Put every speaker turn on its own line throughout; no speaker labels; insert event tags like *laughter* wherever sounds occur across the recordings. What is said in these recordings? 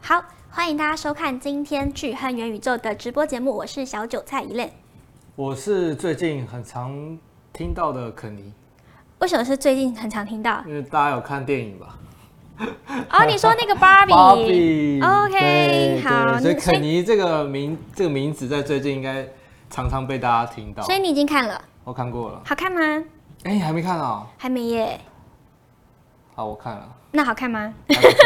好，欢迎大家收看今天巨汉元宇宙的直播节目，我是小韭菜一类。
我是最近很常听到的肯尼，
为什么是最近很常听到？
因为大家有看电影吧
*laughs* 哦，你说那个芭比
Barbie
OK，
对
好，
对所以
那
肯尼这个名这个名字在最近应该常常被大家听到
所。以你已经看了，
我看过了，
好看吗？
哎、你还没看啊、
还没耶。
好，我看了，
那好看吗？
还不错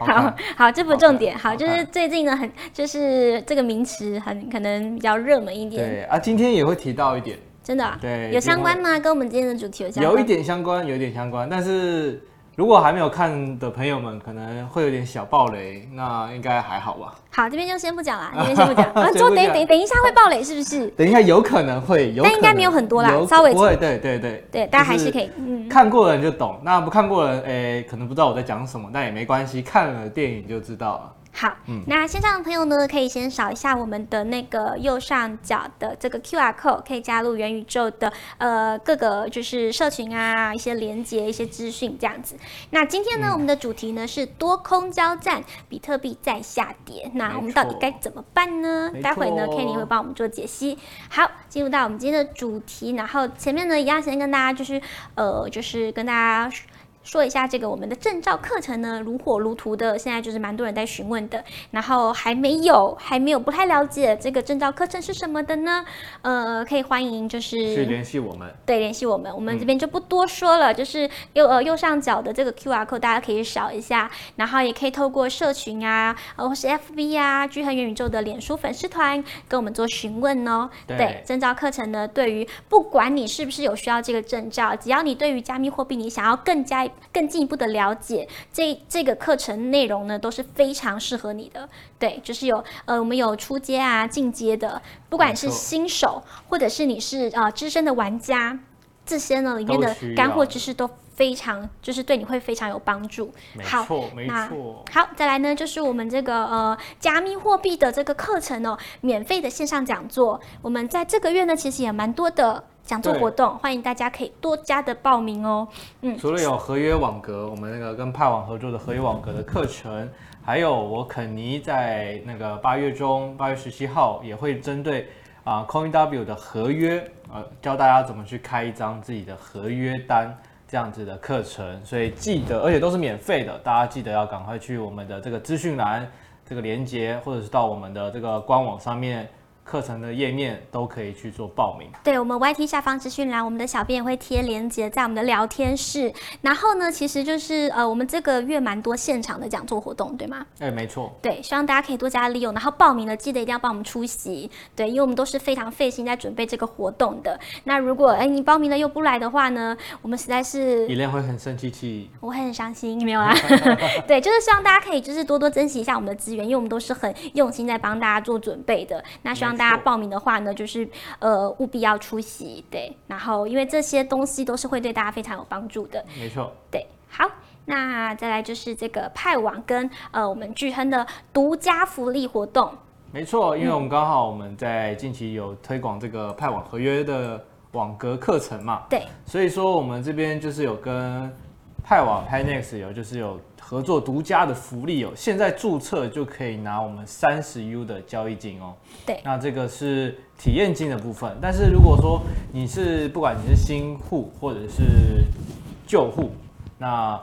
好
好 *laughs*
看。
好，这不
好看
重点。好，
好看
就是最近呢，很就是这个名词很可能比较热门一点，
对啊，今天也会提到一点，
真的啊、
对
有相关吗？跟我们今天的主题有相关？
有一。点相关，有一点相关，但是如果还没有看的朋友们，可能会有点小暴雷，那应该还好吧？
好，这边就先不
*laughs*
讲啦，这边先不讲。啊，
先
就
不
等
讲
等等一下会爆雷是不是？
等一下有可能会，有
但
可
应该
能
没有很多啦
有
稍微
不会，对对对，
对，大家还
就是
可以，嗯，
看过的人就懂，那不看过的人，诶、可能不知道我在讲什么，但也没关系，看了电影就知道了。
好，
嗯
那线上的朋友呢，可以先扫一下我们的那个右上角的这个 QR code，可以加入元宇宙的呃各个就是社群啊，一些连接、一些资讯这样子。那今天呢，
嗯
我们的主题呢是多空交战，比特币在下跌，那我们
没
到
错
底该怎么办呢？
没
待会呢
错
，Kenny 会帮我们做解析。好，进入到我们今天的主题，然后前面呢一样先跟大家就是呃就是跟大家说一下这个我们的证照课程呢，如火如荼的，现在就是蛮多人在询问的。然后还没有还没有不太了解这个证照课程是什么的呢？呃，可以欢迎就
去
是
联系我们，
对联系我们，我们这边就不多说了，就是右呃右上角的这个 Q R code 大家可以扫一下，然后也可以透过社群啊，呃或是 F B 啊，聚恒元宇宙的脸书粉丝团跟我们做询问哦。
对
对，证照课程呢，对于不管你是不是有需要这个证照，只要你对于加密货币你想要更加更进一步的了解，这这个课程内容呢都是非常适合你的。对，就是有呃，我们有初阶啊、进阶的，不管是
没错
新手或者是你是呃资深的玩家，这些呢里面
都
的
需
干
要
货
的
知识都非常，就是对你会非常有帮助。
没
好，
错没
那
错，
好，再来呢，就是我们这个呃加密货币的这个课程哦，免费的线上讲座。我们在这个月呢，其实也蛮多的讲座
对
活动，欢迎大家可以多加的报名哦。嗯
除了有合约网格，我们那个跟派网合作的合约网格的课程，还有我肯尼在那个八月中，八月十七号也会针对啊、CoinW 的合约，呃，教大家怎么去开一张自己的合约单这样子的课程，所以记得，而且都是免费的，大家记得要赶快去我们的这个资讯栏这个连接，或者是到我们的这个官网上面课程的页面都可以去做报名。
对，我们 YT 下方资讯栏，我们的小编也会贴链接在我们的聊天室。然后呢，其实就是呃，我们这个月蛮多现场的讲座活动，对吗？
哎，没错，
对，希望大家可以多加利用，然后报名了记得一定要帮我们出席，对，因为我们都是非常费心在准备这个活动的。那如果哎你报名了又不来的话呢，我们实在是
以亮会很生气气。
我会很伤心，没有啦。 *laughs* 对，就是希望大家可以就是多多珍惜一下我们的资源，因为我们都是很用心在帮大家做准备的。那希望大家
没错
报名的话呢，就是呃务必要出席，对。然后因为这些东西都是会对大家非常有帮助的，
没错，
对。好，那再来就是这个派网跟呃我们巨亨的独家福利活动。
没错，因为我们刚好我们在近期有推广这个派网合约的网格课程嘛，
对，
所以说我们这边就是有跟派网 Pinex 有就是有合作独家的福利哦，现在注册就可以拿我们三十 U 的交易金哦。
对
那这个是体验金的部分，但是如果说你是不管你是新户或者是旧户，那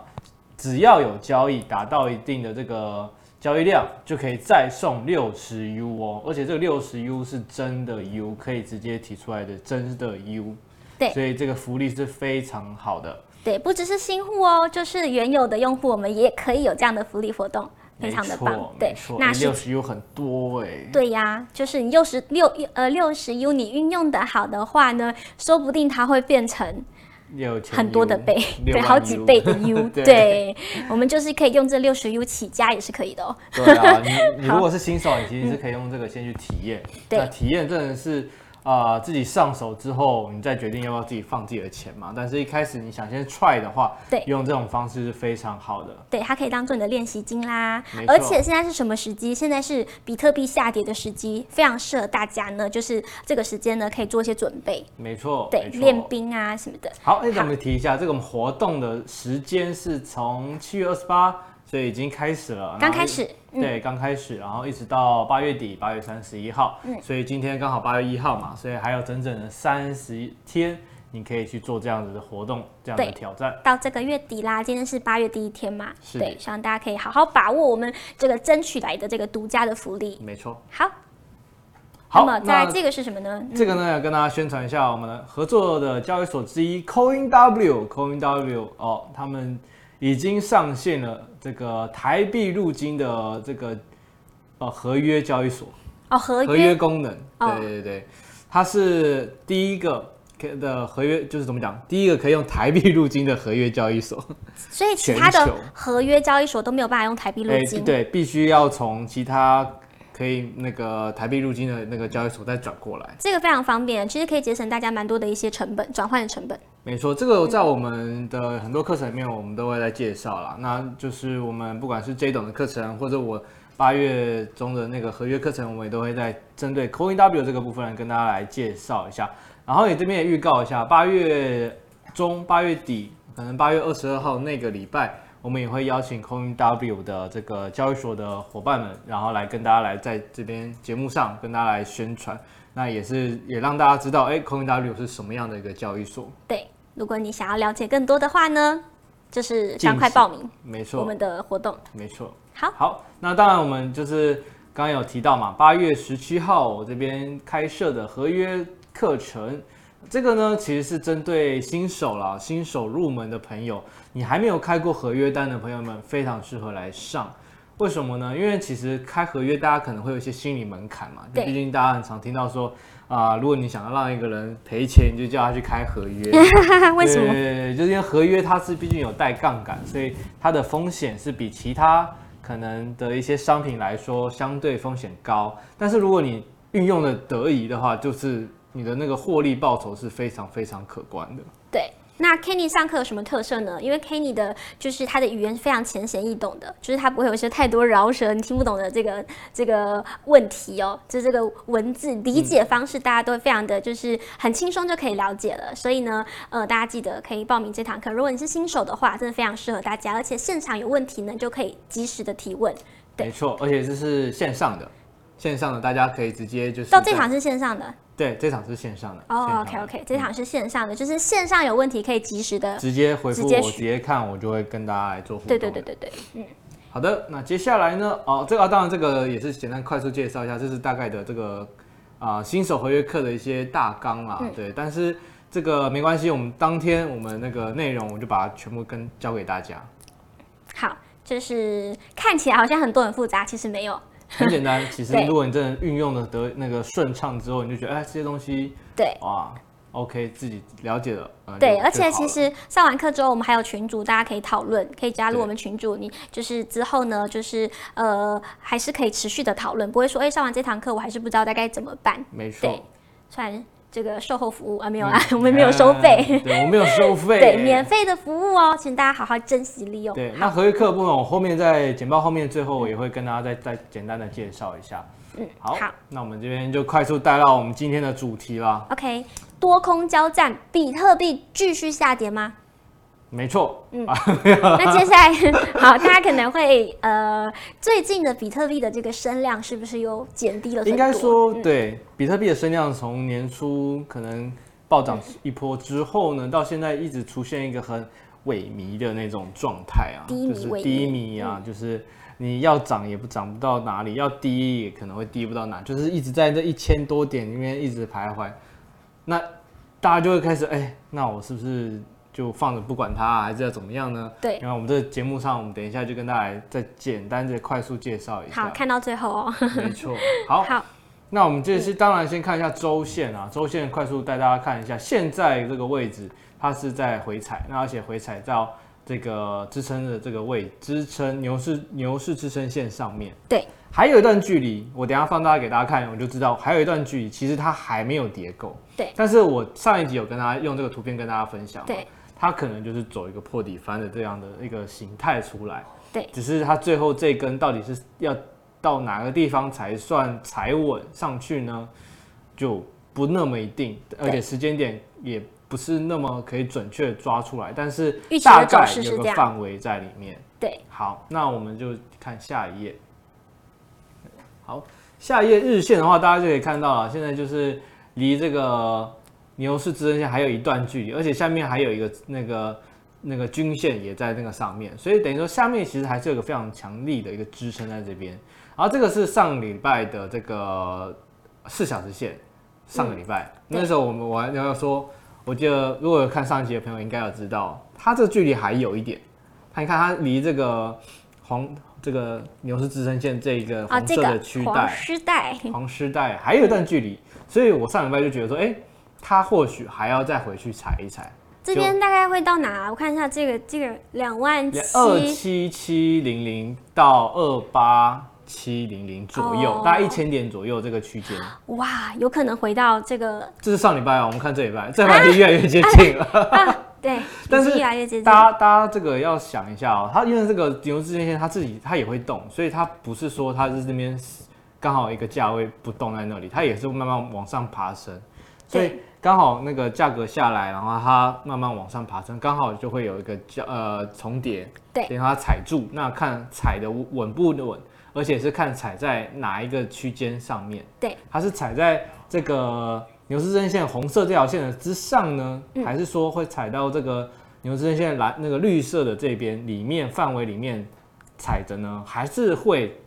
只要有交易达到一定的这个交易量，就可以再送六十 U 哦，而且这个六十 U 是真的 U，可以直接提出来的真的 U。
对
所以这个福利是非常好的，
对，不只是新户哦，就是原有的用户，我们也可以有这样的福利活动，非
没
常的
错，
棒。对
没，错，
那是
六十 U 很多哎、
对呀，就是你六十六呃六十 U 你运用的好的话呢，说不定它会变成
六千
很多的
U
倍，对，
六万
好几
U
倍的 U
对
对，我们就是可以用这六十 U 起家也是可以的哦。
*laughs* 对啊，
*laughs*
你你
好嗯
如果是新手，你其实是可以用这个先去体验。
对
那体验真的是啊、呃自己上手之后，你再决定要不要自己放自己的钱嘛。但是一开始你想先 try 的话，
对
用这种方式是非常好的。
对，它可以当做你的练习金啦
没。
而
错
且现在是什么时机？现在是比特币下跌的时机，非常适合大家呢，就是这个时间呢可以做一些准备，
没错，
对，
没错
练兵啊什么的。
好，那我们提一下，这个我们活动的时间是从七月二十八、所以已经开始了，
刚开始，嗯
对，刚开始，然后一直到八月底，八月三十一号，
嗯
所以今天刚好八月一号嘛，所以还有整整的三十天，你可以去做这样子的活动，这样的
对
挑战。
到这个月底啦，今天是八月第一天嘛，
是
对，希望大家可以好好把握我们这个争取来的这个独家的福利。
没错。
好，那
好，
么
那
在这个是什么呢？嗯
这个呢，要跟大家宣传一下我们的合作的交易所之一 CoinW，CoinW 哦，他们已经上线了这个台币入金的这个呃合约交易所。
哦，合
合
约
约功能，
哦
对对对，它是第一个可的合约，就是怎么讲，第一个可以用台币入金的合约交易所。
所以其他
全
的
球
合约交易所都没有办法用台币入
哎
金。
对，必须要从其他可以那个台币入金的那个交易所再转过来。
这个非常方便，其实可以节省大家蛮多的一些成本，转换的成本。
没错，这个在我们的很多课程里面，我们都会在介绍啦。那就是我们不管是 J 懂的课程，或者我八月中的那个合约课程，我们也都会在针对 Coin W 这个部分跟大家来介绍一下。然后也这边也预告一下，八月中、八月底，可能八月二十二号那个礼拜，我们也会邀请 Coin W 的这个交易所的伙伴们，然后来跟大家来在这边节目上跟大家来宣传。那也是也让大家知道，哎、c o i n W 是什么样的一个交易所。
对，如果你想要了解更多的话呢，就是
近
赶快
期
报名
没
我
错，
们的活动。
没错。
好，
好，那当然我们就是刚刚有提到嘛，八月十七号我这边开设的合约课程，这个呢其实是针对新手啦，新手入门的朋友，你还没有开过合约单的朋友们，非常适合来上。为什么呢？因为其实开合约，大家可能会有一些心理门槛嘛。
对
毕竟大家很常听到说，啊、如果你想要让一个人赔钱，你就叫他去开合约。
*laughs* 为什么？
对，就是因为合约它是毕竟有带杠杆，所以它的风险是比其他可能的一些商品来说相对风险高。但是如果你运用的得宜的话，就是你的那个获利报酬是非常非常可观的。
对。那 Kenny 上课有什么特色呢？因为 Kenny 的就是他的语言是非常浅显易懂的，就是他不会有一些太多饶舌你听不懂的这个这个问题哦，就这个文字理解方式，大家都非常的就是很轻松就可以了解了。所以呢，呃，大家记得可以报名这堂课。如果你是新手的话，真的非常适合大家，而且现场有问题呢就可以及时的提问。对
没错，而且这是线上的，线上的大家可以直接就是
到这
在
场是线上的
对这场是线上的线
哦
上
，OK
的
OK，这场是线上的，就是线上有问题可以及时的。
直接回复
直接
我，
询
直接看我就会跟大家来做互动。
对对对对对，
好的，那接下来呢？哦，这个、啊当然这个也是简单快速介绍一下，这是大概的这个啊、新手合约课的一些大纲啦。对，但是这个没关系，我们当天我们那个内容我就把它全部跟交给大
*laughs*
家，
好，就是看起来好像很多很复杂，其实没有。
很简单。其实
对
如果你真的运用的得那个顺畅之后，你就觉得哎这些东西
对
哇 OK 自己了解了。呃、
对，
就
而且
就好
其
了
实上完课之后，我们还有群组，大家可以讨论，可以加入
对
我们群组。你就是之后呢，就是呃，还是可以持续的讨论，不会说哎、上完这堂课我还是不知道大概怎么办。
没错
对，，虽然这个售后服务啊没有啊， *laughs* 我们没有收费，
嗯，对我们没有收费，
*laughs* 对，免费的服务哦，请大家好哦好珍惜利用。
对，那合约课的部分，我后面在简报后面最后我也会跟大家再再简单的介绍一下。嗯，好，
好
那我们这边就快速带到我们今天的主题啦。
OK，多空交战，比特币继续下跌吗？
没错，
*laughs* 那接下来，好，大家可能会呃，最近的比特币的这个声量是不是又减低了很多？嗯
应该说对，比特币的升量从年初可能暴涨
嗯
一波之后呢，到现在一直出现一个很萎靡的那种状态啊，
低迷
就是
萎嗯
低迷啊，就是你要涨也不涨不到哪里，要低也可能会低不到哪，就是一直在这一千多点里面一直徘徊。那大家就会开始，哎、那我是不是就放着不管它啊，还是要怎么样呢？
对，
然后我们这个节目上，我们等一下就跟大家再简单的快速介绍一
好
下。
看到最后哦。 *laughs*
没错，好。
好，
那我们这次当然先看一下周线啊，周线快速带大家看一下，现在这个位置它是在回踩，那而且回踩到这个支撑的这个位支撑牛市牛市支撑线上面，
对，
还有一段距离，我等一下放大给大家看，我就知道还有一段距离，其实它还没有叠够，
对，
但是我上一集有跟大家用这个图片跟大家分享，
对，
它可能就是走一个破底翻的这样的一个形态出来，
对
只是它最后这根到底是要到哪个地方才算踩稳上去呢？就不那么一定，而且时间点也不是那么可以准确抓出来，但是
预期的
大
走
概
势是
有个
这样
范围在里面。
对，
好，那我们就看下一页。好，下一页日线的话，大家就可以看到了，现在就是离这个牛市支撑线还有一段距离，而且下面还有一个那个那个均线也在那个上面，所以等于说下面其实还是有个非常强力的一个支撑在这边。然后这个是上礼拜的这个四小时线，上个礼拜、
对
那时候我们我还要说，我记得如果有看上一集的朋友应该有知道，它这个距离还有一点，它你看它离这个黄这个牛市支撑线这一个
啊，
红
这
色
个
的区
黄
带，
丝带，
黄丝带还有一段距离，所以我上礼拜就觉得说，哎、它或许还要再回去踩一踩，
这边大概会到哪？我看一下这个这个两万嗯七，
二七七零零到二八七零零左右，
哦
大概一千点左右这个区间。
哇，有可能回到这
*laughs*
个
这是上礼拜啊，我们看这礼拜，这礼拜就越来越接近了。
啊，对，
但是
越来越接近。
大家大家这个要想一下哦，它因为这个牛支撑线它自己它也会动，所以它不是说它是这边刚好一个价位不动在那里，它也是慢慢往上爬升，所以
对
刚好那个价格下来，然后它慢慢往上爬升，刚好就会有一个价呃重叠，
对
等它踩住，那看踩的稳不稳，而且是看踩在哪一个区间上面。
对，
它是踩在这个牛市阵线红色这条线的之上呢，
嗯
还是说会踩到这个牛市阵线蓝那个绿色的这边里面范围里面踩着呢？还是会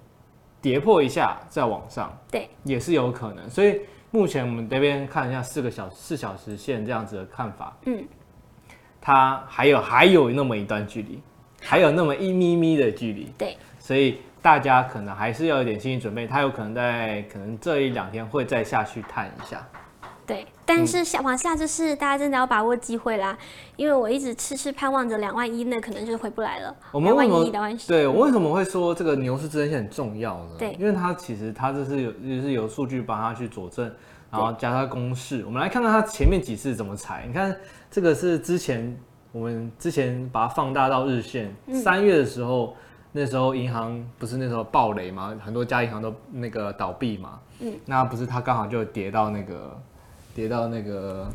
跌破一下再往上？
对，
也是有可能。所以目前我们这边看一下四个小四小时线这样子的看法，
嗯，
它还有还有那么一段距离，还有那么一咪咪的距离。
对，
所以大家可能还是要有点心理准备，它有可能在可能这一两天会再下去探一下。
对，
嗯
但是下往下就是大家真的要把握机会啦，因为我一直痴痴盼望着两万一，那可能就回不来了。
我们
两
为什
万一、
么
两万十，
对我为什么会说这个牛市支撑线很重要呢？
对
因为它其实它这是有就是有数据帮它去佐证，然后加上公式，我们来看看它前面几次怎么踩。你看这个是之前我们之前把它放大到日线，
嗯
三、月的时候。那时候银行不是那时候暴雷嘛，很多家银行都那个倒闭嘛，
嗯，
那不是它刚好就跌到那个跌到那个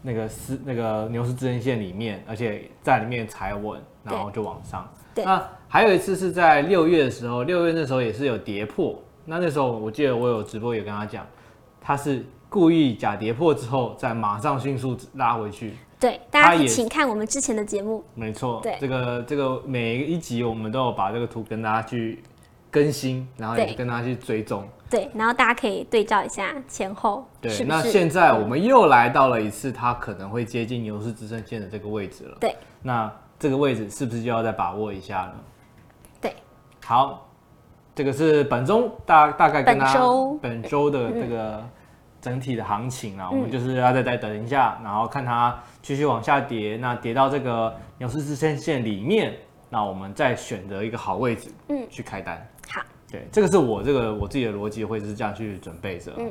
那个丝那个牛市支撑线里面，而且在里面踩稳，然后就往上。
对
那还有一次是在六月的时候，六月那时候也是有跌破，那那时候我记得我有直播也跟他讲，他是故意假跌破之后再马上迅速拉回去。
对，大
它
家
也
请看我们之前的节目。
没错，
对
这个这个每一集我们都有把这个图跟大家去更新，然后
对
也跟大家去追踪。
对，然后大家可以对照一下前后，
对，
是不
那
是
现在我们又来到了一次它可能会接近牛市支撑线的这个位置了。
对，
那这个位置是不是就要再把握一下呢？
对，
好，这个是本周大大概跟大家
本周
本周的这个整体的行情啊，
嗯
我们就是要再再等一下，然后看它继续往下跌，那跌到这个牛市支撑线里面，那我们再选择一个好位置，
嗯，
去开单。
好，
对，这个是我这个我自己的逻辑会是这样去准备着，
嗯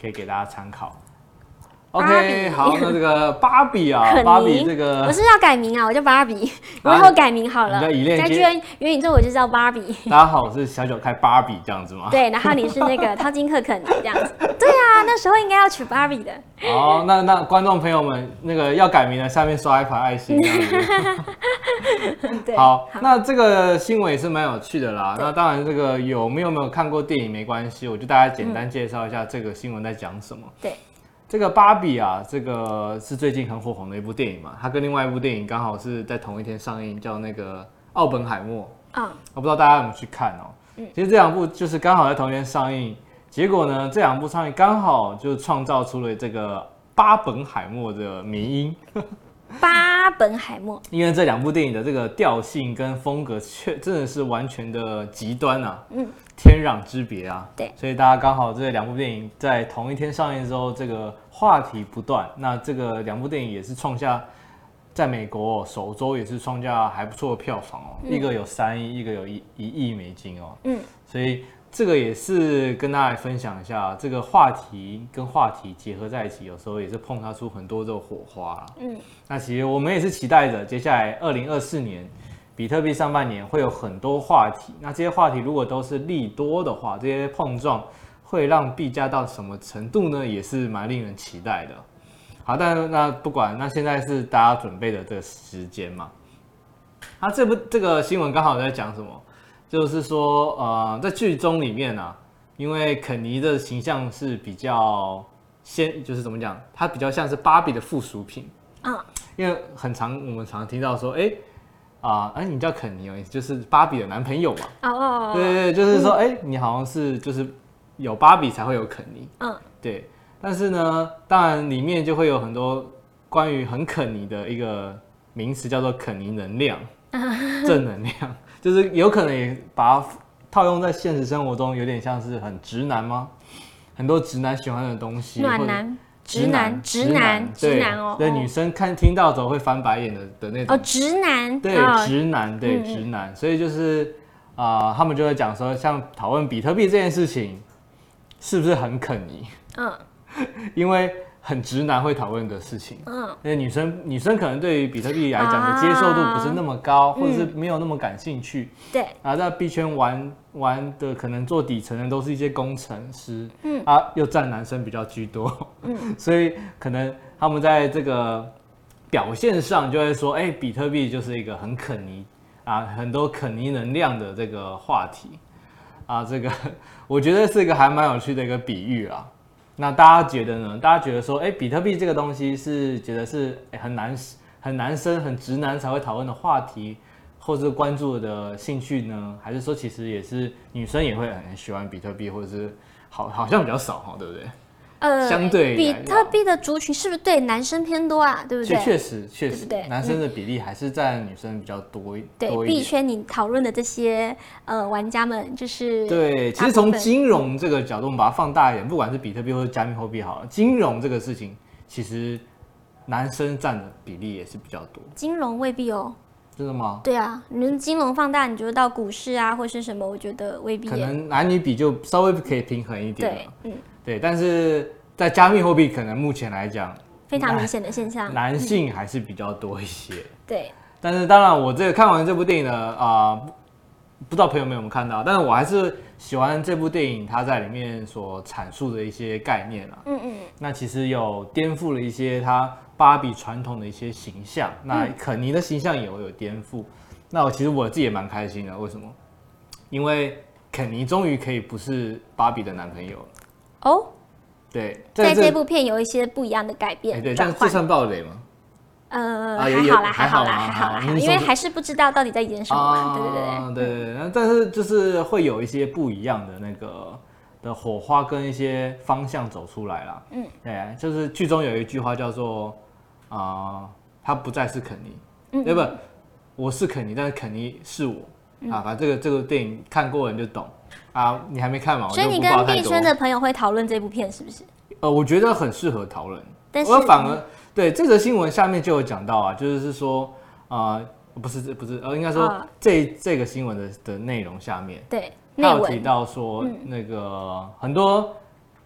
可以给大家参考。
芭
OK，
比
好，那这个芭比
*laughs*
啊
肯，尼
芭比这
我
个
是要改名啊，我叫芭比，我
啊
以后改名好了。
你在以链接
居然元宇宙我就叫芭比，
大家好，我是小九开芭比这样子吗？
对，然后你是那个淘金克肯这样子。对啊，那时候应该要取芭比的。
好，那那观众朋友们，那个要改名的下面刷一排爱心这样子。
对，
好，那这个新闻也是蛮有趣的啦。那当然，这个有没有没有看过电影没关系，我就大家简单介绍一下这个新闻在讲什么。
对，
这个芭比啊，这个是最近很火红的一部电影嘛，它跟另外一部电影刚好是在同一天上映，叫那个《奥本海默》。
嗯，
我不知道大家有没有去看哦。其实这两部就是刚好在同一天上映，结果呢，这两部上映刚好就创造出了这个巴本海默的迷因，
巴本海默。
因为这两部电影的这个调性跟风格确真的是完全的极端啊，
嗯，
天壤之别啊。
对，
所以大家刚好这两部电影在同一天上映之后，这个话题不断，那这个两部电影也是创下。在美国、哦、首周也是创下还不错的票房哦，一个有三亿，一个有一一亿美金哦。
嗯，
所以这个也是跟大家分享一下，这个话题跟话题结合在一起，有时候也是碰擦出很多这种火花啊啦。
嗯，
那其实我们也是期待着接下来二零二四年比特币上半年会有很多话题，那这些话题如果都是利多的话，这些碰撞会让币价到什么程度呢？也是蛮令人期待的。好，但那不管，那现在是大家准备的这个时间嘛。啊，这部这个新闻刚好在讲什么？就是说，呃，在剧中里面啊，因为肯尼的形象是比较先，就是怎么讲，他比较像是芭比的附属品。
嗯，
因为很常我们常听到说，哎、啊，哎、你叫肯尼哦，就是芭比的男朋友嘛。
哦哦，
对对对，就是说，哎、你好像是就是有芭比才会有肯尼。
嗯，
对，但是呢，当然里面就会有很多关于很肯尼的一个名词，叫做肯尼
*laughs*
能量，正能量，就是有可能也把它套用在现实生活中，有点像是很直男吗？很多直男喜欢的东西，或
暖
者
男、
直
直男、直男、直
对
男哦，哦
对，女生看听到之后会翻白眼的的那种
哦，直男，
对，
哦
直男，对，
嗯嗯
直男，所以就是啊、他们就会讲说，像讨论比特币这件事情，是不是很肯尼？
嗯
*laughs* 因为很直男会讨论的事情。
嗯
那女生女生可能对于比特币来讲的接受度不是那么高，
啊嗯
或者是没有那么感兴趣。
对，
啊，在币圈玩玩的，可能做底层的都是一些工程师，
嗯
啊，又占男生比较居多，嗯， *laughs* 所以可能他们在这个表现上就会说，哎、比特币就是一个很肯尼啊，很多肯尼能量的这个话题，啊，这个我觉得是一个还蛮有趣的一个比喻啊。那大家觉得呢？大家觉得说，哎、比特币这个东西是觉得是、哎很男很男生很直男才会讨论的话题，或是关注的兴趣呢？还是说其实也是女生也会很喜欢比特币，或者是好好像比较少哈，对不对？
呃，
相对
比
来讲
特币的族群是不是对男生偏多啊？对不
确
对？
确实确
对
实
不对
男生的比例还是占女生比较多一
对
多
币
一点。
圈你讨论的这些呃玩家们，就是
对，其
大
实
部
从
分
金融这个角度，我们把它放大一点，不管是比特币或者加密货币好了，金融这个事情其实男生占的比例也是比较多，
金融未必哦。
真的吗？
对啊，你们金融放大，你就到股市啊，或是什么，我觉得未必
可
耶。
能男女比就稍微可以平衡一点啊
对
了，，
嗯，
对，但是在加密货币可能目前来讲，
非常明显的现象。
男性还是比较多一些。
对，
但是当然，我这个看完这部电影呢，啊、不不知道朋友们有没有看到，但是我还是喜欢这部电影它在里面所阐述的一些概念啊。
嗯嗯，
那其实有颠覆了一些它芭比传统的一些形象，那肯尼的形象也会有颠覆。那我其实我自己也蛮开心的，为什么？因为肯尼终于可以不是芭比的男朋友了。
哦，
对，
在这部片有一些不一样的改
哎
变
对，这
转
样这
换。
算暴雷吗？
呃，
啊
还
有有
好啦，
还
还好
好
啦，
吗
还好
好
啦，还
因
好
为
因为
说
还是不知道到底在演什么嘛， *laughs* 对对对。
啊对对对那但是就是会有一些不一样的那个的火花跟一些方向走出来啦。嗯，对，就是剧中有一句话叫做啊、他不再是肯尼，嗯、对不？我是肯尼，但是肯尼是我、
嗯
啊。反正这个这个电影看过的人就懂啊，你还没看嘛，我
所以
就
你
不爆
跟
太
币
多
圈。的朋友会讨论这部片是不是？
呃，我觉得很适合讨论。
但是
我反而对这则新闻下面就有讲到啊，就是是说啊、不是不是，呃，应该说、
啊
这这个新闻的的内容下面，
对内
他有提
文，
到说那个很多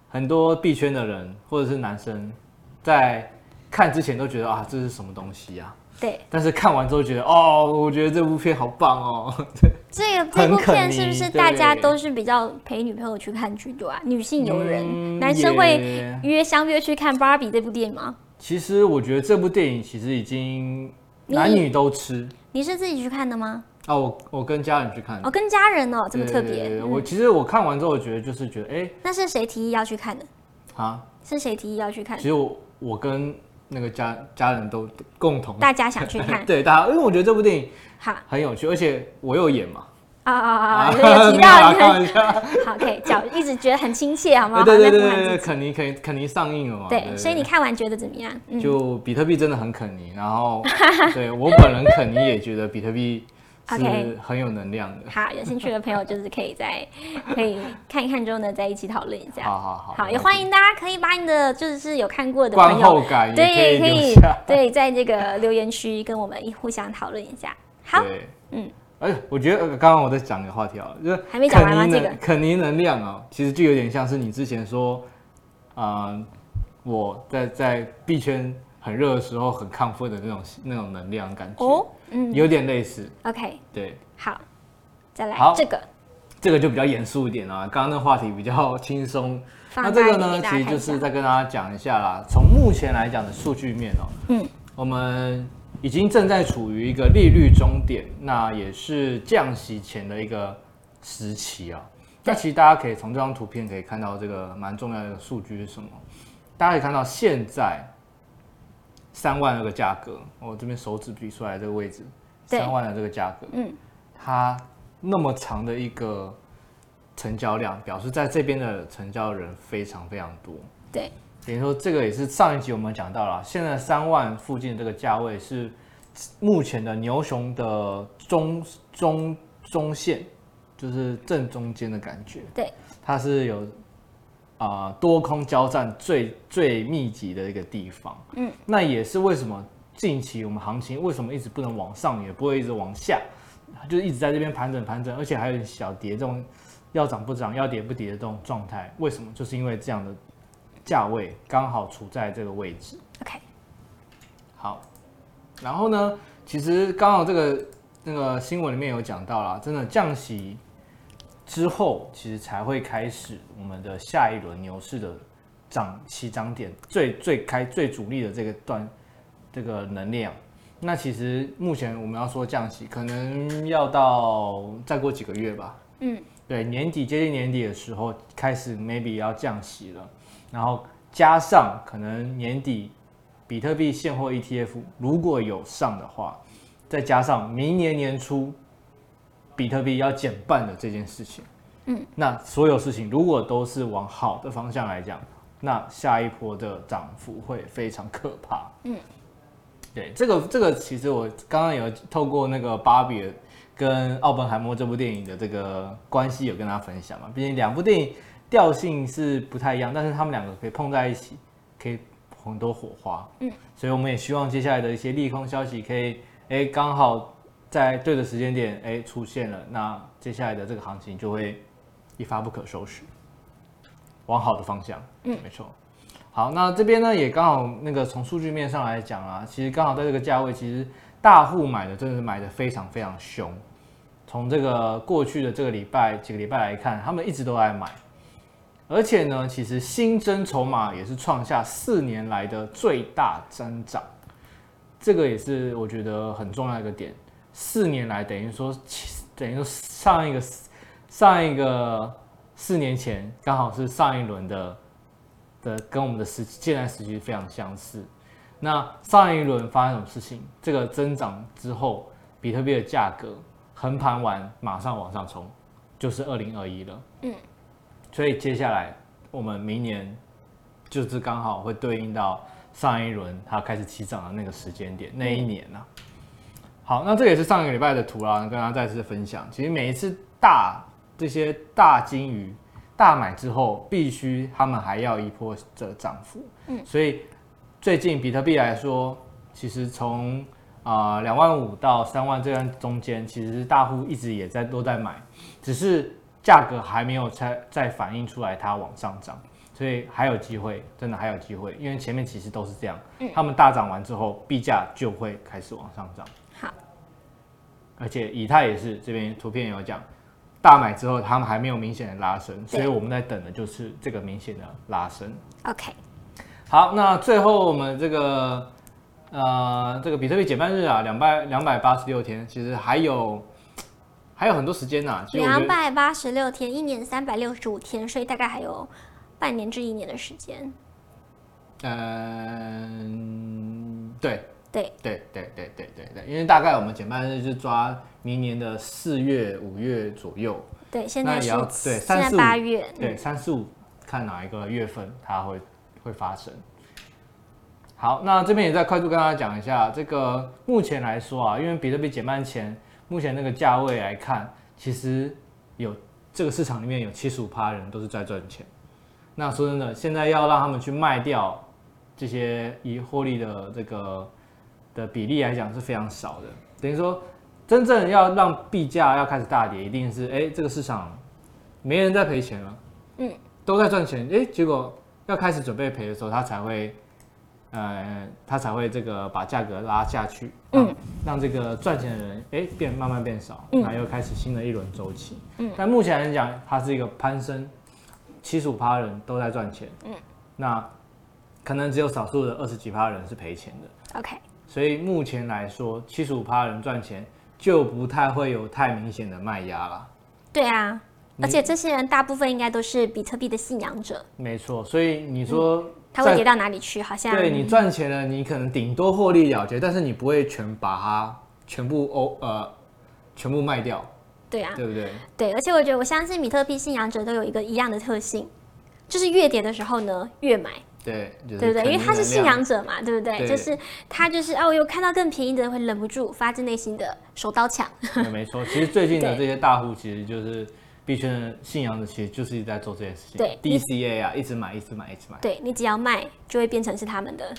很多币圈的人或者是男生在看之前都觉得啊这是什么东西啊，
对
但是看完之后觉得哦，我觉得这部片好棒哦，
这个这部
很肯
片是不
尼
是
对
大家都是比较陪女朋友去看居多啊？女性友人，
嗯
男生会
也
约相约去看《芭比》这部电影吗？
其实我觉得这部电影其实已经男
你
女都吃
你是自己去看的吗？
啊，我我跟家人去看
哦，跟家人哦，这么
对
特
对对
别
对。我其实我看完之后，我觉得就是觉得，哎、
那是谁提议要去看的？
啊，
是谁提议要去看
其？实我我跟那个家家人都共同
大家想去
*laughs*
看？
对大家，因为我觉得这部电影
好
很有趣，而且我有演嘛，
啊啊啊啊！
啊，
有
没有
提
啦 *laughs*
到
开玩笑，
*laughs* 好，可以讲，一直觉得很亲切，好吗？好，
对对
在
对
不
对
含
对，
自己。
肯尼肯肯尼上映了嘛，
对，所以你看完觉得怎么样？嗯，
就比特币真的很肯尼，
*laughs*
然后对我本人肯尼也觉得比特币
OK
是很有能量的，
好，有兴趣的朋友就是可以在可以看一看之后呢，在一起讨论一下。
好好好，
好，也欢迎大家可以把你的就是有看过的
观
朋友
后，感也可
对，
以
可
留
以
下，
对，在这个留言区跟我们一互相讨论一下。好，
对，
嗯
嗯，哎，我觉得呃刚刚我在讲一个话题啊，就是
还没讲完吗
肯尼能
这个
肯尼能量啊，其实就有点像是你之前说，啊、我在在币圈很热的时候很亢奋的那种那种能量感觉，
哦，嗯
有点类似，
，OK，
对，
好，再来
好
这个，
这个就比较严肃一点啦、刚刚那话题比较轻松。那
放
这
大一
个
点
呢
给，大家
其实就
看一
是
下。
再跟大家讲一下啦。从目前来讲的数据面哦、
嗯，
我们已经正在处于一个利率终点，那也是降息前的一个时期啊。那其实大家可以从这张图片可以看到，这个蛮重要的数据是什么？大家可以看到现在三万那个价格，我、这边手指比出来这个位置，
对
三万的这个价格，
嗯，
它那么长的一个成交量，表示在这边的成交人非常非常多。
对，
等于说这个也是上一集我们讲到了，现在三万附近这个价位是目前的牛熊的中中中线，就是正中间的感觉。
对，
它是有啊、多空交战最最密集的一个地方。
嗯，
那也是为什么近期我们行情为什么一直不能往上，也不会一直往下，就是一直在这边盘整盘整，而且还有小跌这种要涨不涨、要跌不跌的这种状态。为什么？就是因为这样的价位刚好处在这个位置。
OK，
好，然后呢，其实刚好这个那个新闻里面有讲到啦，真的降息之后，其实才会开始我们的下一轮牛市的涨起涨点，最最开最主力的这个段这个能量。那其实目前我们要说降息，可能要到再过几个月吧。
嗯，
对，年底接近年底的时候开始，maybe 要降息了，然后加上可能年底比特币现货 ETF 如果有上的话，再加上明年年初比特币要减半的这件事情，
嗯，
那所有事情如果都是往好的方向来讲，那下一波的涨幅会非常可怕。
嗯，
对，这个这个其实我刚刚有透过那个芭比跟奥本海默这部电影的这个关系有跟大家分享嘛，毕竟两部电影调性是不太一样，但是他们两个可以碰在一起，可以很多火花。
嗯，
所以我们也希望接下来的一些利空消息可以，哎，刚好在对的时间点，哎，出现了，那接下来的这个行情就会一发不可收拾，往好的方向。
嗯，
没错。好，那这边呢也刚好那个从数据面上来讲啊，其实刚好在这个价位，其实大户买的真的是买的非常非常凶。从这个过去的这个礼拜几个礼拜来看，他们一直都在买，而且呢，其实新增筹码也是创下四年来的最大增长，这个也是我觉得很重要的一个点。四年来等于说，其等于说上一个上一个四年前刚好是上一轮的的跟我们的时期现在时期非常相似。那上一轮发生什么事情？这个增长之后，比特币的价格横盘完马上往上冲，就是二零二一了。
嗯，
所以接下来我们明年就是刚好会对应到上一轮它开始起涨的那个时间点，那一年呢、好，那这个也是上个礼拜的图啦，跟大家再次分享。其实每一次大这些大金鱼大买之后，必须他们还要一波的涨幅。
嗯，
所以最近比特币来说，其实从啊两万五到三万这段中间，其实大户一直也在都在买，只是价格还没有再再反映出来它往上涨，所以还有机会，真的还有机会，因为前面其实都是这样，
嗯
他们大涨完之后，币价就会开始往上涨。
好，
而且以太也是这边图片有讲，大买之后他们还没有明显的拉升，所以我们在等的就是这个明显的拉升。
OK，
好，那最后我们这个呃这个比特币减半日啊，两百两百八十六天，其实还有还有很多时间呐、啊其实我觉
两
得
百八十六天，一年三百六十五天，所以大概还有半年至一年的时间。
嗯、对
对，
对对对对对对，因为大概我们减半日是抓明年的四月五月左右，
对，现
那
在
也
是
要对
现
三
在
四五
八月，嗯
对，三四五看哪一个月份它会会发生。好，那这边也再快速跟大家讲一下，这个目前来说啊，因为比特币减半前，目前那个价位来看，其实有这个市场里面有七十五趴人都是在赚钱。那说真的，现在要让他们去卖掉这些以获利的这个的比例来讲是非常少的。等于说，真正要让币价要开始大跌，一定是哎、这个市场没人在赔钱了，
嗯，
都在赚钱，哎、结果要开始准备赔的时候，它才会呃，它才会这个把价格拉下去，
嗯
让，让这个赚钱的人哎变慢慢变少，
嗯
然后又开始新的一轮周期。
嗯
但目前来讲，它是一个攀升，七十五趴人都在赚钱，
嗯，
那可能只有少数的二十几趴人是赔钱的，
OK，
所以目前来说，七十五趴人赚钱就不太会有太明显的卖压啦。
对啊，而
你
且这些人大部分应该都是比特币的信仰者，
没错，所以你说
嗯他
在
会跌到哪里去？好像
对你赚钱了，你可能顶多获利了结，但是你不会全把它全部欧呃全部卖掉，
对啊，
对不对？
对，而且我觉得我相信比特币信仰者都有一个一样的特性，就是越跌的时候呢越买，
对，就是、
对不对？因为他是信，仰者嘛，对不对？
对
就是他就是哦，有看到更便宜的会忍不住发自内心的手刀
*laughs*
抢，
对没错。其实最近的
对
这些大户其实就是币圈的信仰的，其实就是一直在做这件事情。
对你
，DCA 啊，一直买，一直买，一直买。
对你只要卖就会变成是他们的，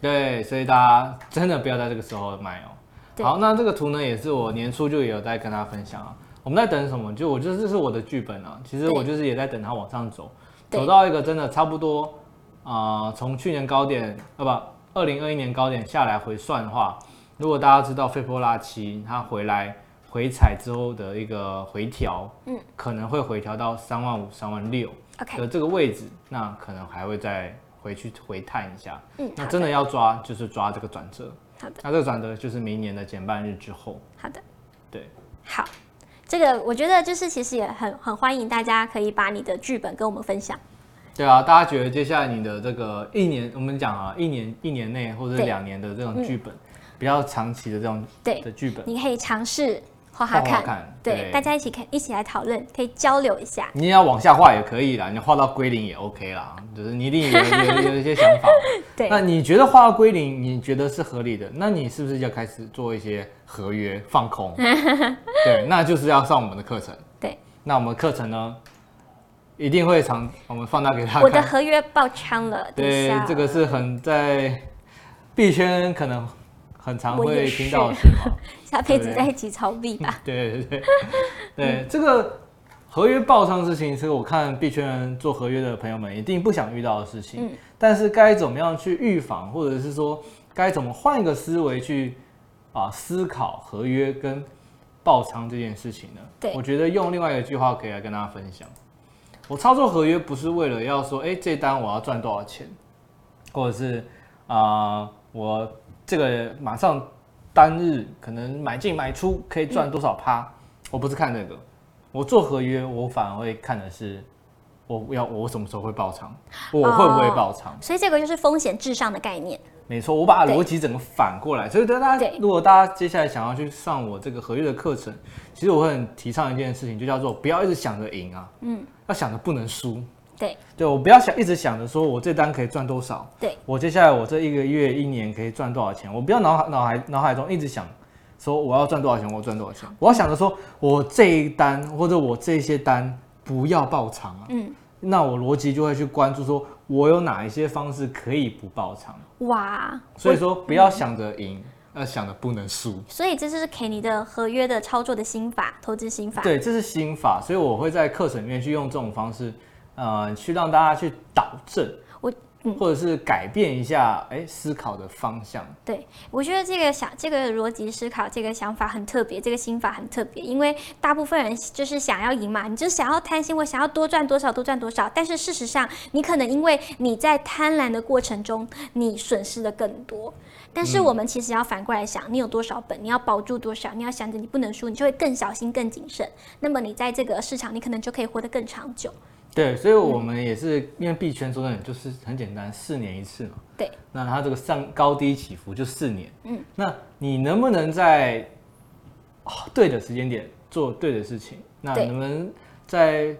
对，所以大家真的不要在这个时候买哦。
对
好，那这个图呢，也是我年初就也有在跟大家分享啊。我们在等什么？就我觉得这是我的剧本啊。其实
对
我就是也在等它往上走，
对
走到一个真的差不多啊，从、去年高点啊不，二零二一年高点下来回算的话，如果大家知道斐波拉奇它回来回踩之后的一个回调，
嗯，
可能会回调到三万五、三万六。
OK，
的这个位置，那可能还会再回去回探一下。
嗯
那
好
真的要抓，就是抓这个转折。
好的，
那这个转折就是明年的减半日之后。
好的，
对，
好。这个我觉得就是其实也很很欢迎大家可以把你的剧本跟我们分享。
对啊，大家觉得接下来你的这个一年，我们讲啊，一年一年内或者是
对嗯
两年的这种剧本，比较长期的这种
对
的剧本，
你可以尝试画画
画
看，
画看对
对，大家一起看，一起来讨论，可以交流一下。
你也要往下画也可以啦，你画到归零也 OK 啦，就是你一定有有有一些想法。
对
那你觉得画到归零，你觉得是合理的，那你是不是要开始做一些合约
*laughs*
放空？对，那就是要上我们的课程。
对，
那我们课程呢，一定会常我们放大给大
我
家
的
看。
合约爆仓了，等一
对
下，
这个是很在币圈可能很常
我
会
也是
听到的事嘛。
下辈子
对
再一起炒币吧。
*laughs* 对对对对，这个合约爆仓事情是我看币圈人做合约的朋友们一定不想遇到的事情。
嗯
但是该怎么样去预防，或者是说该怎么换一个思维去啊思考合约跟爆仓这件事情呢？
对
我觉得用另外一个句话可以来跟大家分享。我操作合约不是为了要说，哎、这单我要赚多少钱，或者是啊、我这个马上单日可能买进买出可以赚多少趴，我不是看这个，我做合约我反而会看的是，我要我什么时候会爆仓，我会不会爆仓？
*laughs* 所以这个就是风险至上的概念。
没错，我把
对
逻辑整个反过来，所以大家
对
如果大家接下来想要去上我这个合约的课程，其实我会很提倡一件事情，就叫做不要一直想着赢啊，嗯，要想着不能输。
对
对我不要想一直想着说我这单可以赚多少，
对
我接下来我这一个月、一年可以赚多少钱？我不要脑海脑海脑海中一直想说我要赚多少钱，我要赚多少钱。我要想着说我这一单或者我这些单不要爆仓啊。
嗯，
那我逻辑就会去关注说我有哪一些方式可以不爆仓。
哇，
所以说不要想着
嗯
赢，要想着不能输。
所以这就是给你的合约的操作的心法，投资心法。
对，这是心法，所以我会在课程里面去用这种方式，呃，去让大家去导正，
我嗯
或者是改变一下，哎，思考的方向。
对，我觉得这个想这个逻辑思考，这个想法很特别，这个心法很特别，因为大部分人就是想要赢嘛，你就是想要贪心，我想要多赚多少，多赚多少。但是事实上，你可能因为你在贪婪的过程中，你损失的更多。但是我们其实要反过来想，你有多少本，你要保住多少，你要想着你不能输，你就会更小心、更谨慎。那么你在这个市场，你可能就可以活得更长久。
对，所以我们也是因为币圈说真的就是很简单，四年一次嘛。
对，
那它这个上高低起伏就四年。
嗯，
那你能不能在、哦对的时间点做对的事情？那
对
能不能在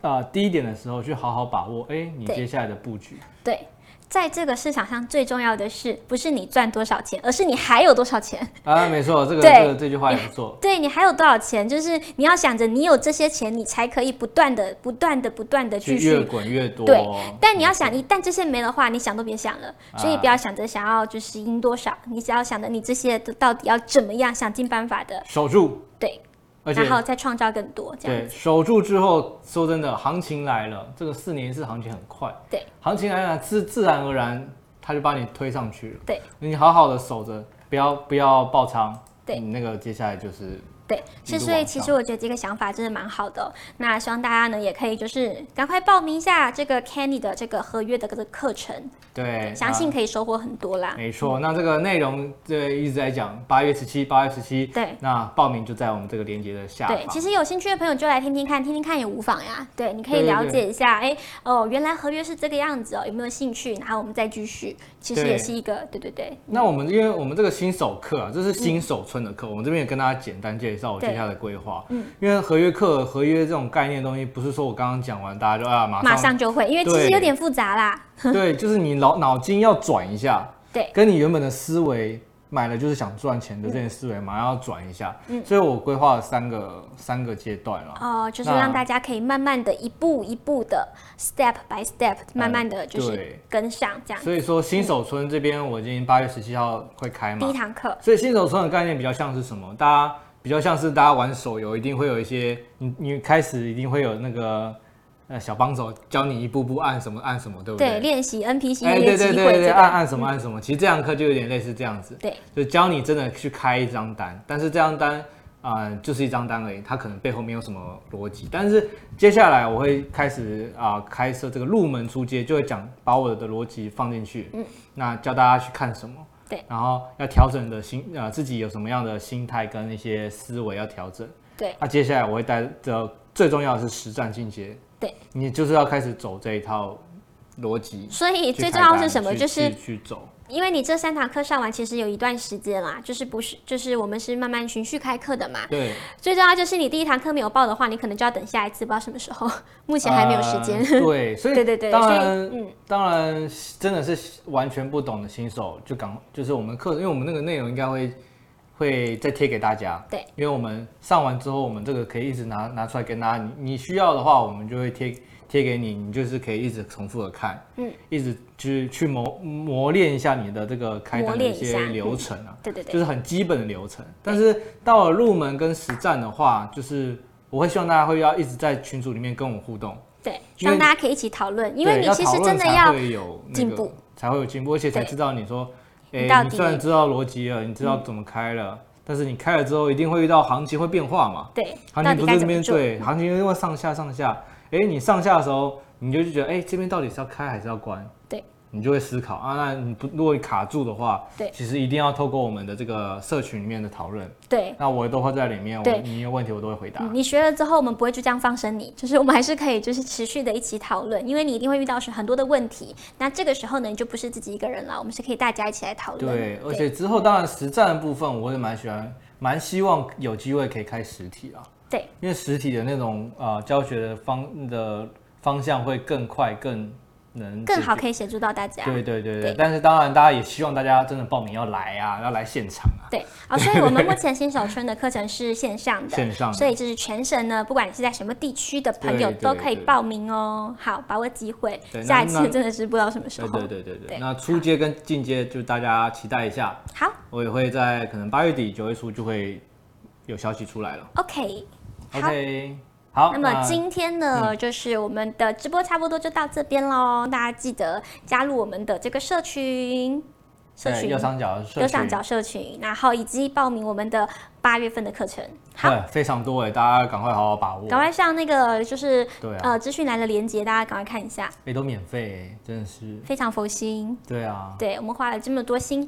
啊、低点的时候去好好把握？哎，你
对
接下来的布局。
对，在这个市场上最重要的是，不是你赚多少钱，而是你还有多少钱。
啊，没错，这个
对
这个这句话也不错。
对你还有多少钱？就是你要想着你有这些钱，你才可以不断的、不断的、不断的 *laughs*
去
继
越嗯
续。
滚越多。
对，但你要想，一旦这些没的话，你想都别想了。
啊
所以不要想着想要就是赢多少，你只要想着你这些都到底要怎么样，想尽办法的，
守住，
对，
而且
然后再创造更多这样
对
子。
守住之后，说真的，行情来了，这个四年一次行情很快，
对，
行情来了，自自然而然他就把你推上去了。
对，
你好好的守着，不要不要爆仓。
对
你那个接下来就是
对，
一
是，
路
所以
往
其
上
实我觉得这个想法真的蛮好的哦、那希望大家呢也可以就是赶快报名一下这个 Candy 的这个合约的这个课程，
对，
相
那
信可以收获很多啦。
没错，那这个内容这一直在讲八月十七，八月十七。
对
那报名就在我们这个链接的下方。
对，其实有兴趣的朋友就来听听看，听听看也无妨呀。对，你可以
对对
了
对
解一下，哎，哦，原来合约是这个样子哦，有没有兴趣？然后我们再继续，其实
对
也是一个，对对对，
那我们因为我们这个新手课啊，这是新手村的课，我们这边也跟大家简单介绍我
嗯对
接下来的规划。嗯，因为合约课、合约这种概念的东西，不是说我刚刚讲完大家就啊马上
马上就会，因为其实
对
有点复杂啦。
对，就是你脑脑筋要转一下，
对，嗯
跟你原本的思维买了就是想赚钱的这些思维，马上要转一下。嗯，所以我规划了三个三个阶段了。
哦，就是
那
让大家可以慢慢的一步一步的 step by step，慢慢的就是
哎对
跟上这样。
所以说新手村这边我已经八月十七号会开
第
嘛
一，堂课，
所以新手村的概念比较像是什么？大家比较像是大家玩手游一定会有一些，你你开始一定会有那个呃小帮手教你一步步按什么按什么，对不
对，
对？
练习 NPC
哎，
的
对
一个机
对对
会，
对，
这
按
个
按什么按什么，其实这堂课就有点类似这样子。
对
就教你真的去开一张单，但是这张单啊、呃就是一张单而已，它可能背后没有什么逻辑。但是接下来我会开始啊、开设这个入门出街，就会讲把我的逻辑放进去，嗯，那教大家去看什么。
对，
然后要调整的心，呃，自己有什么样的心态跟一些思维要调整。
对
那、接下来我会带着最重要的是实战进阶，
对，
你就是要开始走这一套逻辑。
所以
去
最
开
重要
单
是什么？
去
就是
去去走。
因为你这三堂课上完，其实有一段时间啦，就是不是就是我们是慢慢循序开课的嘛。
对，
最重要就是你第一堂课没有报的话，你可能就要等下一次，不知道什么时候， *laughs* *laughs* 目前还没有时间。
呃对，所
*laughs*
以
对对对，
当
所以
然
嗯，
当然真的是完全不懂的新手就赶，就是我们课，因为我们那个内容应该会会再贴给大家。
对，
因为我们上完之后，我们这个可以一直拿拿出来跟大家，你你需要的话，我们就会贴贴给你，你就是可以一直重复的看，嗯，一直去去磨磨练一下你的这个开
磨
单的
练
一
一下
些流程啊。
对对
就
对，
是很基本的流程。但是到了入门跟实战的话，就是我会希望大家会要一直在群组里面跟我互动，
对，
因为
让大家可以一起讨论，因为
对
你
要
其
讨
实
论
真的
才
要
会有那
进
个
步，
才会有进步，而且才
对
知道你说，
你
诶，
到
你
底嗯
虽然知道逻辑了，你知道怎么开了，但是你开了之后一定会遇到行情会变化嘛，
对，
行
到
情
底
啊不
该
是这
怎么
边
做？
对，行情因为上下上下，诶，你上下的时候你就觉得，诶，这边到底是要开还是要关？
对。
你就会思考啊，那你不如果卡住的话，
对
其实一定要透过我们的这个社群里面的讨论，
对。
那我都会在里面，我
对
你有问题我都会回答。
嗯你学了之后，我们不会就这样放生你，就是我们还是可以就是持续的一起讨论，因为你一定会遇到是很多的问题。那这个时候呢，你就不是自己一个人了，我们是可以大家一起来讨论。
对，而且之后当然实战的部分，我也蛮喜欢，蛮希望有机会可以开实体啊，
对
因为实体的那种呃教学的方的方向会更快，更能
更
解
好
决。
可以协助到大家。
对对对
对
对，但是当然，大家也希望大家真的报名要来啊，要来现场啊，
对，啊、所以我
*laughs*
们目前新手村的课程是线上的，
线上的
所以就是全省呢，不管你是在什么地区的朋友
对对
都可以
对
报名哦。好，把握机会，
对
下
那
一次
那
真的是不知道什么时
对
候。
对对对
对
对。那初阶跟进阶就大家期待一下，
好
我也会在可能八月底九月初就会有消息出来了。
，OK，好。
OK，好，嗯
那么今天呢，就是我们的直播差不多就到这边喽，大家记得加入我们的这个社群，社
对
群
右上角的社
右上
群
角社群，然后以及报名我们的八月份的课程。好，
对，非常多哎，大家赶快好好把握，
赶快上那个就是、
对啊
呃资讯栏的链接，大家赶快看一下，
哎，都免费哎，真的是，
非常佛心。
对啊，
对我们花了这么多心，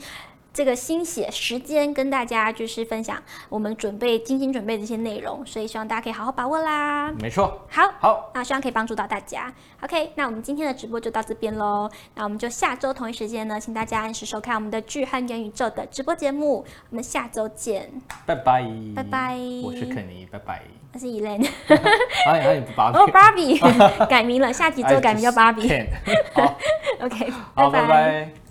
这个心血时间跟大家就是分享我们准备精心准备的这些内容，所以希望大家可以好好把握啦。
没错，
好，
好，
那希望可以帮助到大家。OK，那我们今天的直播就到这边喽。那我们就下周同一时间呢，请大家按时收看我们的《巨汉元宇宙》的直播节目。我们下周见，
拜拜，
拜拜
我是肯尼，拜拜，
我是 Elaine， *laughs*
哎呀，你不把
哦，Barbie 改名了，下几周改名叫 Barbie。
哎好，
OK，
好，拜拜。